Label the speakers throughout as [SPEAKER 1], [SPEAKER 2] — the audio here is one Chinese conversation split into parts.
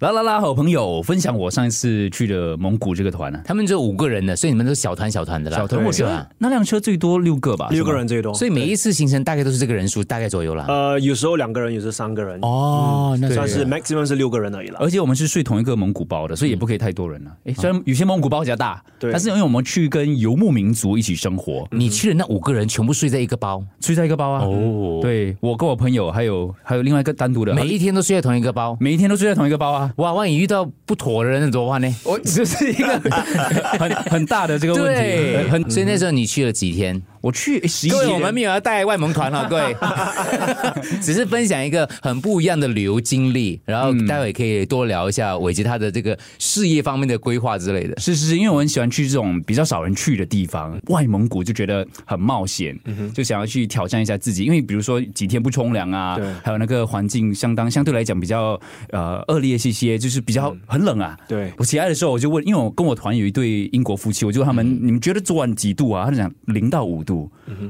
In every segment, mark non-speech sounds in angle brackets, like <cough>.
[SPEAKER 1] 啦啦啦，好朋友，分享我上一次去的蒙古这个团啊，
[SPEAKER 2] 他们只有五个人的，所以你们都是小团小团的啦，
[SPEAKER 1] 小团我觉
[SPEAKER 2] 是
[SPEAKER 1] 得
[SPEAKER 2] 吧？
[SPEAKER 1] 那辆车最多六个吧，
[SPEAKER 3] 六个
[SPEAKER 1] 是吗
[SPEAKER 3] 人最多，
[SPEAKER 2] 所以每一次行程大概都是这个人数，大概左右啦。
[SPEAKER 3] 呃，有时候两个人，有时候三个人，
[SPEAKER 2] 哦，那
[SPEAKER 3] 算
[SPEAKER 2] 算
[SPEAKER 3] 是
[SPEAKER 2] 是
[SPEAKER 3] maximum 是六个人而已了。
[SPEAKER 1] 而且我们是睡同一个蒙古包的，所以也不可以太多人了。
[SPEAKER 2] 嗯
[SPEAKER 1] 哎，虽然有些蒙古包比较大，
[SPEAKER 3] 对
[SPEAKER 1] 但是因为我们去跟游牧民族一起生活，
[SPEAKER 2] 你去的那五个人全部睡在一个包，
[SPEAKER 1] 睡在一个包啊。
[SPEAKER 2] 哦
[SPEAKER 1] 对我跟我朋友还有还有另外一个单独的，
[SPEAKER 2] 每一天都睡在同一个包。
[SPEAKER 1] 每一天都睡在同一个包啊。
[SPEAKER 2] 哇，万一遇到不妥的人怎么办呢？
[SPEAKER 1] 我 <laughs> 这是一个很很大的这个问题。
[SPEAKER 2] 对，
[SPEAKER 1] 很，
[SPEAKER 2] 很所以那时候哎你去了几天？
[SPEAKER 1] 我去十一
[SPEAKER 2] 各位，
[SPEAKER 1] 天
[SPEAKER 2] 我 <laughs> 们没有要带外
[SPEAKER 1] <laughs>
[SPEAKER 2] 蒙团哦，各位，只是分享一个很不一样的旅游经历，然
[SPEAKER 1] 嗯
[SPEAKER 2] 后待会可以多聊一下伟杰他的这个事业方面的规划之类的。
[SPEAKER 1] 是是是，因为我很喜欢去这种比较少人去的地方，
[SPEAKER 2] 嗯
[SPEAKER 1] 外蒙古就觉得很冒险，就想要去挑战一下自己。因为比如说几天不冲凉啊
[SPEAKER 3] 对，
[SPEAKER 1] 还有那个环境相当相对来讲比较呃恶劣一些，就是比较
[SPEAKER 2] 嗯
[SPEAKER 1] 很冷啊。
[SPEAKER 3] 对
[SPEAKER 1] 我起来的时候我就问，因为我跟我团有一对英国夫妻，我就问他们、你们觉得昨晚几度啊？他们讲零到五度，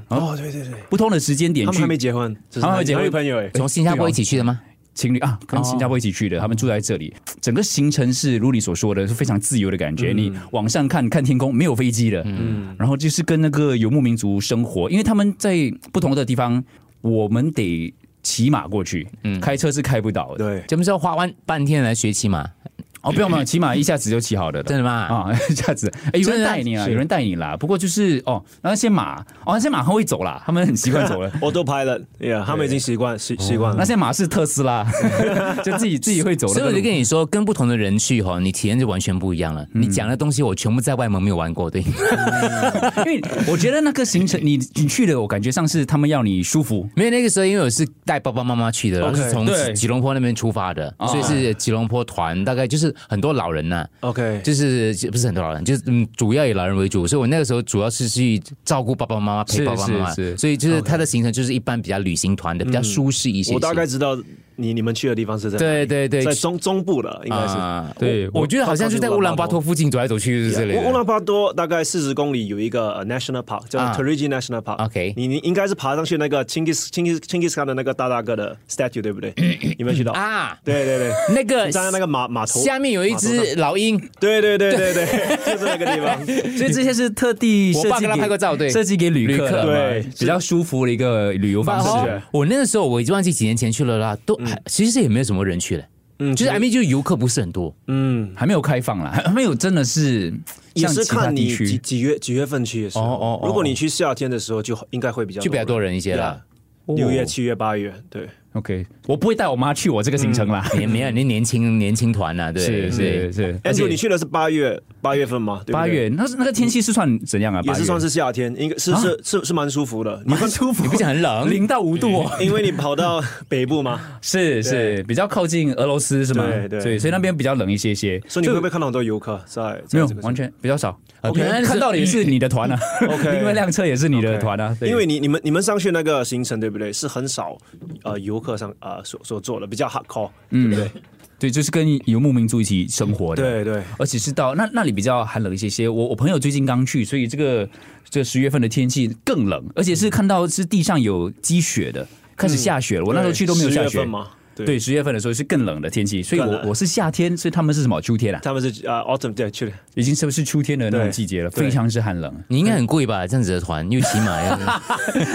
[SPEAKER 3] 哦，对对对，
[SPEAKER 1] 不同的时间点
[SPEAKER 3] 他
[SPEAKER 1] 去
[SPEAKER 3] 们还没结婚，只是
[SPEAKER 1] 他们还没结婚
[SPEAKER 3] 男女朋友哎，
[SPEAKER 2] 从新加坡一起去的吗？
[SPEAKER 1] 情侣啊，跟新加坡一起去的，他们住在这里。整个行程是如你所说的，是非常自由的感觉。你往上看看天空，没有飞机的，嗯，然后就是跟那个游牧民族生活，因为他们在不同的地方，我们得骑马过去，嗯，开车是开不到的。
[SPEAKER 3] 对，
[SPEAKER 2] 咱们是要花完半天来学骑马，
[SPEAKER 1] 哦，不用不用，骑马一下子就骑好了的，
[SPEAKER 2] 真的吗？
[SPEAKER 1] 啊， <laughs> 一下子，哎，有
[SPEAKER 2] 真
[SPEAKER 1] 人
[SPEAKER 2] 的
[SPEAKER 1] 带你啦，
[SPEAKER 2] 是
[SPEAKER 1] 有人带你啦。不过就是哦，那些马，哦，那些马很会走啦，他们很习惯走 <laughs> 了。
[SPEAKER 3] 我都拍了，yeah，他们已经习惯
[SPEAKER 2] 哦
[SPEAKER 3] 习习惯
[SPEAKER 1] 那
[SPEAKER 3] 了。
[SPEAKER 1] 些马是特斯拉， <laughs> 就自己自己会走的。
[SPEAKER 2] 所以我就跟你说，跟不同的人去哈，你体验就完全不一样了。
[SPEAKER 1] 嗯
[SPEAKER 2] 你讲的东西我全部在外蒙没有玩过，对，
[SPEAKER 1] <laughs> 因为我觉得那个 <laughs> 行程，你你去的，我感觉上是他们要你舒服。
[SPEAKER 2] 没有那个时候，因为我是带爸爸妈妈去的，然后
[SPEAKER 3] OK，
[SPEAKER 2] 是从
[SPEAKER 1] 对
[SPEAKER 2] 吉隆坡那边出发的，
[SPEAKER 1] 啊
[SPEAKER 2] 所以是吉隆坡团，大概就是很多老人呐、
[SPEAKER 3] OK，
[SPEAKER 2] 就是不是很多老人，就是嗯，主要以老人为主，所以我那个时候主要是去照顾爸爸妈妈，陪
[SPEAKER 1] 是
[SPEAKER 2] 爸爸妈妈，
[SPEAKER 1] 是是
[SPEAKER 2] 所以就是他的行程就是一般比较旅行团的，比较舒适一些些。
[SPEAKER 3] 我大概知道你你们去的地方是在哪
[SPEAKER 2] 对
[SPEAKER 3] 里
[SPEAKER 2] 对对
[SPEAKER 3] 在中中部了，应该是。
[SPEAKER 2] 啊
[SPEAKER 1] 对
[SPEAKER 2] 我我觉得好像就在乌兰巴托附近走来走去之类
[SPEAKER 3] 乌乌
[SPEAKER 2] 的。
[SPEAKER 3] 兰巴托大概四十公里有一个呃 national park 叫
[SPEAKER 2] 啊
[SPEAKER 3] Tarigi National Park。
[SPEAKER 2] OK
[SPEAKER 3] 你你应该是爬上去那个 Chingis Chingis Chingis Khan 的那个大大个的 statue 对不
[SPEAKER 2] <laughs>
[SPEAKER 3] 对？有没有去到？
[SPEAKER 2] 啊，
[SPEAKER 3] 对对
[SPEAKER 2] <laughs>
[SPEAKER 3] 对，
[SPEAKER 2] 那个
[SPEAKER 3] 你站在那个马马头
[SPEAKER 2] 下面有一
[SPEAKER 3] 马头
[SPEAKER 2] 只老鹰，
[SPEAKER 3] 对对对对对，
[SPEAKER 2] <laughs>
[SPEAKER 3] 就是那个地方。
[SPEAKER 1] 所以这些是特地
[SPEAKER 2] 我
[SPEAKER 1] 设
[SPEAKER 2] 爸
[SPEAKER 1] 计
[SPEAKER 2] 跟他
[SPEAKER 1] 给
[SPEAKER 2] 拍过照对
[SPEAKER 1] 设计给旅客的嘛
[SPEAKER 3] 对
[SPEAKER 1] 比较舒服的一个旅游方式。
[SPEAKER 2] 哦我那个时候我已经忘记几年前去了啦，都其实也没有什么人去了，
[SPEAKER 3] 嗯
[SPEAKER 2] 就是 I mean 就是游客不是很多。
[SPEAKER 3] 嗯，
[SPEAKER 1] 还没有开放啦，还没有真的是
[SPEAKER 3] 也
[SPEAKER 1] 像
[SPEAKER 3] 是
[SPEAKER 1] 其他
[SPEAKER 3] 看
[SPEAKER 1] 地
[SPEAKER 3] 你几
[SPEAKER 1] 区。
[SPEAKER 3] 几月几月份去的时候。
[SPEAKER 2] 哦哦哦
[SPEAKER 3] 如果你去夏天的时候，就应该会比较
[SPEAKER 2] 就比较多人一些啦。
[SPEAKER 3] Yeah，六月、七月、八月，对。
[SPEAKER 1] 哦 OK，我不会带我妈去我这个行程啦。
[SPEAKER 2] 也没有，你年轻年轻团呐、啊，
[SPEAKER 1] <laughs>
[SPEAKER 2] 对，
[SPEAKER 1] 是
[SPEAKER 2] 对
[SPEAKER 1] 是是，
[SPEAKER 3] Andrew，你去哎的是八月八月份吗？对不对
[SPEAKER 1] 八月那是那个天气是算怎样啊？
[SPEAKER 3] 也
[SPEAKER 1] 八
[SPEAKER 3] 是
[SPEAKER 1] 月
[SPEAKER 3] 算是夏天，应该是是是是蛮舒服的。你
[SPEAKER 1] 蛮舒服，
[SPEAKER 2] 你不讲很冷
[SPEAKER 1] 零到五度哦。
[SPEAKER 3] 因为你跑到北部嘛，
[SPEAKER 1] <laughs> 是是，比较靠近俄罗斯是吗？
[SPEAKER 3] 对对
[SPEAKER 1] 所以所以那边比较冷一些些。
[SPEAKER 3] 所以你会不会看到很多游客在？在
[SPEAKER 1] 没有
[SPEAKER 3] 这，个
[SPEAKER 1] 完全比较少。
[SPEAKER 2] OK
[SPEAKER 1] 原来看到的也是你的团啊
[SPEAKER 3] <laughs> OK
[SPEAKER 1] 另外一辆车也是你的
[SPEAKER 3] OK
[SPEAKER 1] 团啊。对
[SPEAKER 3] 因为你你们你们上去那个行程对不对？是很少呃游客上呃所所做的，比较 hardcore，对
[SPEAKER 1] 嗯
[SPEAKER 3] 不对？
[SPEAKER 1] 对，就是跟游牧民族一起生活的，
[SPEAKER 3] 对对，
[SPEAKER 1] 而且是到那那里比较寒冷一些些。我我朋友最近刚去，所以这个这十月份的天气更冷，而且是看到是地上有积雪的，开始下雪了。我那时候去都没有
[SPEAKER 3] 10
[SPEAKER 1] 下
[SPEAKER 3] 月
[SPEAKER 1] 雪
[SPEAKER 3] 份。嘛，
[SPEAKER 1] 对，，十月份的时候是更冷的天气，所以
[SPEAKER 3] 更
[SPEAKER 1] 我
[SPEAKER 3] 冷
[SPEAKER 1] 我是夏天，所以他们是什么秋天啊？
[SPEAKER 3] 他们是呃 autumn 对去的，
[SPEAKER 1] 已经是不是秋天的那种
[SPEAKER 3] 对
[SPEAKER 1] 季节了？
[SPEAKER 3] 对
[SPEAKER 1] 非常之寒冷。
[SPEAKER 2] 你应该很贵吧？这样子的团又骑马又，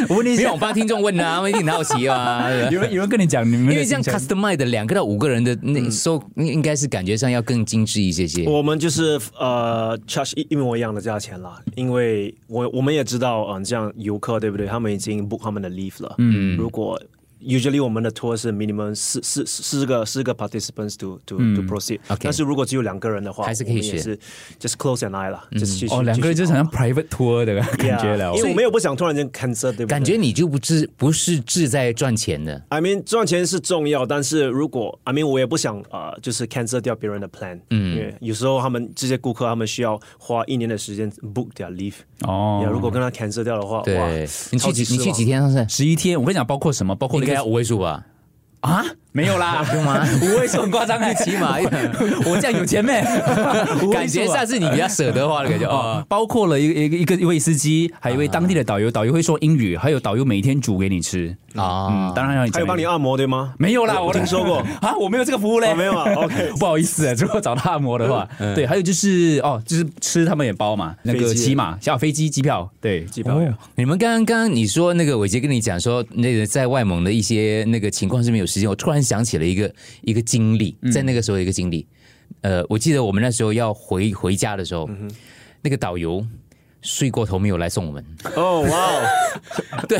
[SPEAKER 1] 我问你一
[SPEAKER 2] 没有
[SPEAKER 1] 下
[SPEAKER 2] 我，帮听众问啊，他们一定很好奇啊。对吧
[SPEAKER 1] 有人有人跟你讲你们的
[SPEAKER 2] <laughs> 因为这样
[SPEAKER 1] 行程
[SPEAKER 2] customize 的两个到五个人的那收，应该是感觉上要更精致一些些。
[SPEAKER 3] 我们就是呃 charge 一一模一样的价钱啦，因为我我们也知道，嗯、这样游客对不对？他们已经 book 他们的 leave 了，嗯，如果 usually 我们的 tour 是 minimum 四四四个四个 participants to to、to proceed，、
[SPEAKER 2] 嗯 OK
[SPEAKER 3] 但是如果只有两个人的话，
[SPEAKER 2] 还是可以嗯
[SPEAKER 3] 我们也
[SPEAKER 2] 选
[SPEAKER 3] 是 just close an eye 啦，就是去
[SPEAKER 1] 哦，两个人就是好像 private tour 的感觉了
[SPEAKER 3] Yeah，。因为我们又不想突然间 cancel，对不对？
[SPEAKER 2] 感觉你就不是不是志在赚钱的，
[SPEAKER 3] I mean 赚钱是重要，但是如果 I mean 我也不想呃，就是 cancel 掉别人的 plan，嗯，因为有时候他们这些顾客他们需要花一年的时间 book their leave，
[SPEAKER 1] 哦
[SPEAKER 3] 呀如果跟他 cancel 掉的话，哇
[SPEAKER 2] 对，。你去
[SPEAKER 3] 超级
[SPEAKER 2] 几
[SPEAKER 3] 失望
[SPEAKER 2] 你去几天上次？
[SPEAKER 1] 十一天，我跟你讲，包括什么？包括那个
[SPEAKER 2] 应该五位数吧？
[SPEAKER 1] 啊，没有啦， <laughs> 不用吗？五位数很夸张哎，
[SPEAKER 2] <laughs> 起码
[SPEAKER 1] 我这样有钱没？ <laughs> 五位数啊
[SPEAKER 2] 感觉下次你比较舍得花的感觉哦。
[SPEAKER 1] 包括了一个一个一个一位司机，还有一位当地的导游，导游会说英语，还有导游每天煮给你吃
[SPEAKER 2] 啊
[SPEAKER 1] 嗯，当然让你
[SPEAKER 3] 还有帮你
[SPEAKER 1] 讲
[SPEAKER 3] 按摩对吗？
[SPEAKER 1] 没有啦，
[SPEAKER 3] 我
[SPEAKER 1] 我
[SPEAKER 3] 听说过
[SPEAKER 1] <laughs> 啊，我没有这个服务嘞，
[SPEAKER 3] 哦没有啊，OK
[SPEAKER 2] <laughs>
[SPEAKER 1] <laughs> 不好意思，欸如果找他按摩的
[SPEAKER 3] <laughs>
[SPEAKER 1] 话，对，还有就是哦，就是吃他们也包嘛，那个
[SPEAKER 3] 嗯飞机
[SPEAKER 1] 骑马、小飞机、机票，对，
[SPEAKER 3] 机票呀，
[SPEAKER 2] 你们刚刚刚刚你说那个伟杰跟你讲说那个在外蒙的一些那个情况是没有时间，我突然想起了一个一个经历，在那个时候的一个经历。呃，我记得我们那时候要回回家的时候，那个导游睡过头没有来送我 <laughs> 们，
[SPEAKER 3] 哦哇哦，
[SPEAKER 2] 对，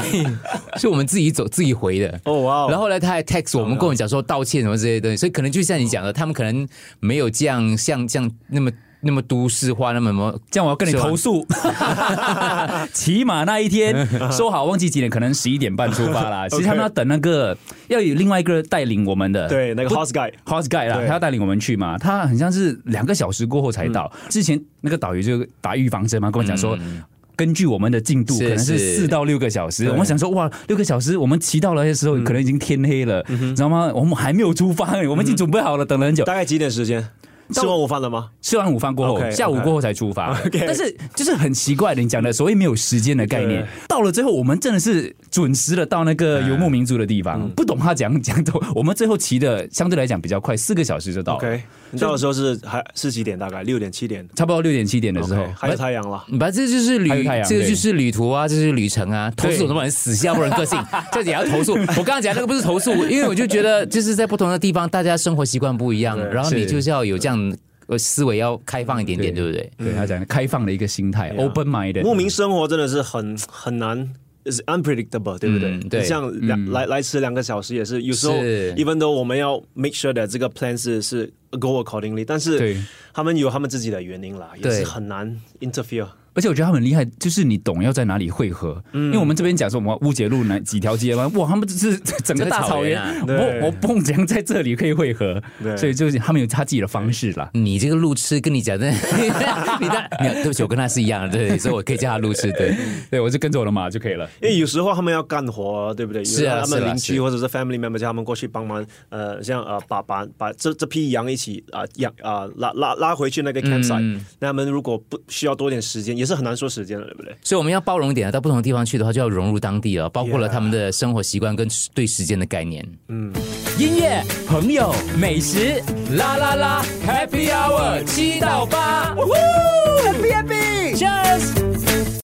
[SPEAKER 2] 是我们自己走自己回的。
[SPEAKER 3] 哦哇哦，
[SPEAKER 2] 然后后来他还 text 我们，跟我们讲说道歉什么之类的东西，所以可能就像你讲的，他们可能没有这样像这样那么那么都市化，那么么
[SPEAKER 1] 这样我要跟你
[SPEAKER 2] 是吧
[SPEAKER 1] 投
[SPEAKER 3] <laughs>
[SPEAKER 1] 诉，骑马那一天说好忘记几点，可能十一点半出发
[SPEAKER 3] <laughs>
[SPEAKER 1] 啦。其实他们要等那个要有另外一个带领我们的，
[SPEAKER 3] 对那个 house guy，
[SPEAKER 1] h o s e guy 啦，
[SPEAKER 3] 对
[SPEAKER 1] 他要带领我们去嘛，他很像是两个小时过后才到。
[SPEAKER 3] 嗯
[SPEAKER 1] 之前那个导游就打预防针嘛，跟我讲说。根据我们的进度，
[SPEAKER 2] 是
[SPEAKER 1] 可能是
[SPEAKER 2] 是
[SPEAKER 1] 四到六个小时。我们想说，哇，六个小时，我们骑到了的时候，可能已
[SPEAKER 3] 嗯
[SPEAKER 1] 经天黑了，知道吗？我们还没有出发，我们已经准备好了，等了很久。
[SPEAKER 3] 大概几点时间？
[SPEAKER 1] 到
[SPEAKER 3] 吃完午饭了吗？
[SPEAKER 1] 吃完午饭过后
[SPEAKER 3] 嗯 OK，OK
[SPEAKER 1] 下午过后才出发。
[SPEAKER 3] OK
[SPEAKER 1] 但是就是很奇怪的，你讲的所谓没有时间的概念
[SPEAKER 3] 对，
[SPEAKER 1] 到了最后我们真的是准时的到那个游
[SPEAKER 3] 嗯
[SPEAKER 1] 牧民族的地方，不懂他讲讲走。我们最后骑的相对来讲比较快，四个小时就到
[SPEAKER 2] 哦
[SPEAKER 1] 了
[SPEAKER 3] OK，你到的时候是还是几点？大概六点七点
[SPEAKER 1] 差不多六点七点的时候
[SPEAKER 3] OK，。还有太阳了。
[SPEAKER 2] 把这就是旅
[SPEAKER 1] 还有太，阳
[SPEAKER 2] 这个
[SPEAKER 1] 对
[SPEAKER 2] 就是旅途啊，这就是旅程啊。投
[SPEAKER 1] 对
[SPEAKER 2] 诉很多人死下不人个性， <laughs> 这也要投诉。我刚刚讲那个不是
[SPEAKER 1] <laughs>
[SPEAKER 2] 投诉，因为我就觉得就是在不同的地方，大家生活习惯不一样，然后你
[SPEAKER 1] 是
[SPEAKER 2] 就是要有这样呃思维，要开放一点点，
[SPEAKER 1] 对
[SPEAKER 2] 对不对？
[SPEAKER 1] 对他讲开放的一个心态
[SPEAKER 3] 对啊
[SPEAKER 1] ，open minded。
[SPEAKER 3] 牧民生活真的是很很难。is unpredictable，对不对？
[SPEAKER 2] 嗯对
[SPEAKER 3] 你像两、来来迟两个小时也是，有时候
[SPEAKER 2] 是
[SPEAKER 3] even though 我们要 make sure 的这个 plan 是是 go accordingly，但
[SPEAKER 1] 对
[SPEAKER 3] 是他们有他们自己的原因啦，也
[SPEAKER 2] 对
[SPEAKER 3] 是很难 interfere。
[SPEAKER 1] 而且我觉得他们很厉害，就是你懂要在哪里汇合。因为我们这边讲说我们乌节路哪几条街 <laughs> 嘛，哇，他们只是整个大草原，
[SPEAKER 2] 整
[SPEAKER 3] 原啊
[SPEAKER 1] 我我蹦怎样在这里可以汇合，
[SPEAKER 3] 对
[SPEAKER 1] 所以就是他们有他自己的方式啦。
[SPEAKER 2] 你这个路痴跟你讲的， <laughs> 你那你对不起，我跟他是一样的，对，所以我可以叫他路痴，对。
[SPEAKER 1] 对我就跟着我的马就可以了。
[SPEAKER 3] 因为有时候他们要干活，对不对？
[SPEAKER 2] 是啊
[SPEAKER 3] 有时候他
[SPEAKER 2] 是啊
[SPEAKER 3] 们邻居
[SPEAKER 2] 是
[SPEAKER 3] 或者是 family member 叫他们过去帮忙，呃，像呃把把把这这批羊一起啊、养啊、拉拉拉回去那
[SPEAKER 2] 嗯
[SPEAKER 3] 个 campsite，、那他们如果不需要多点时间，也是很难说时间的，对不对？
[SPEAKER 2] 所以我们要包容一点啊，到不同的地方去的话，就要融入当地了，包括了
[SPEAKER 3] Yeah
[SPEAKER 2] 他们的生活习惯跟对时间的概念。
[SPEAKER 1] 音乐、朋友、美食，
[SPEAKER 2] 啦啦啦，Happy Hour 七到八
[SPEAKER 1] ，Happy Happy，Cheers。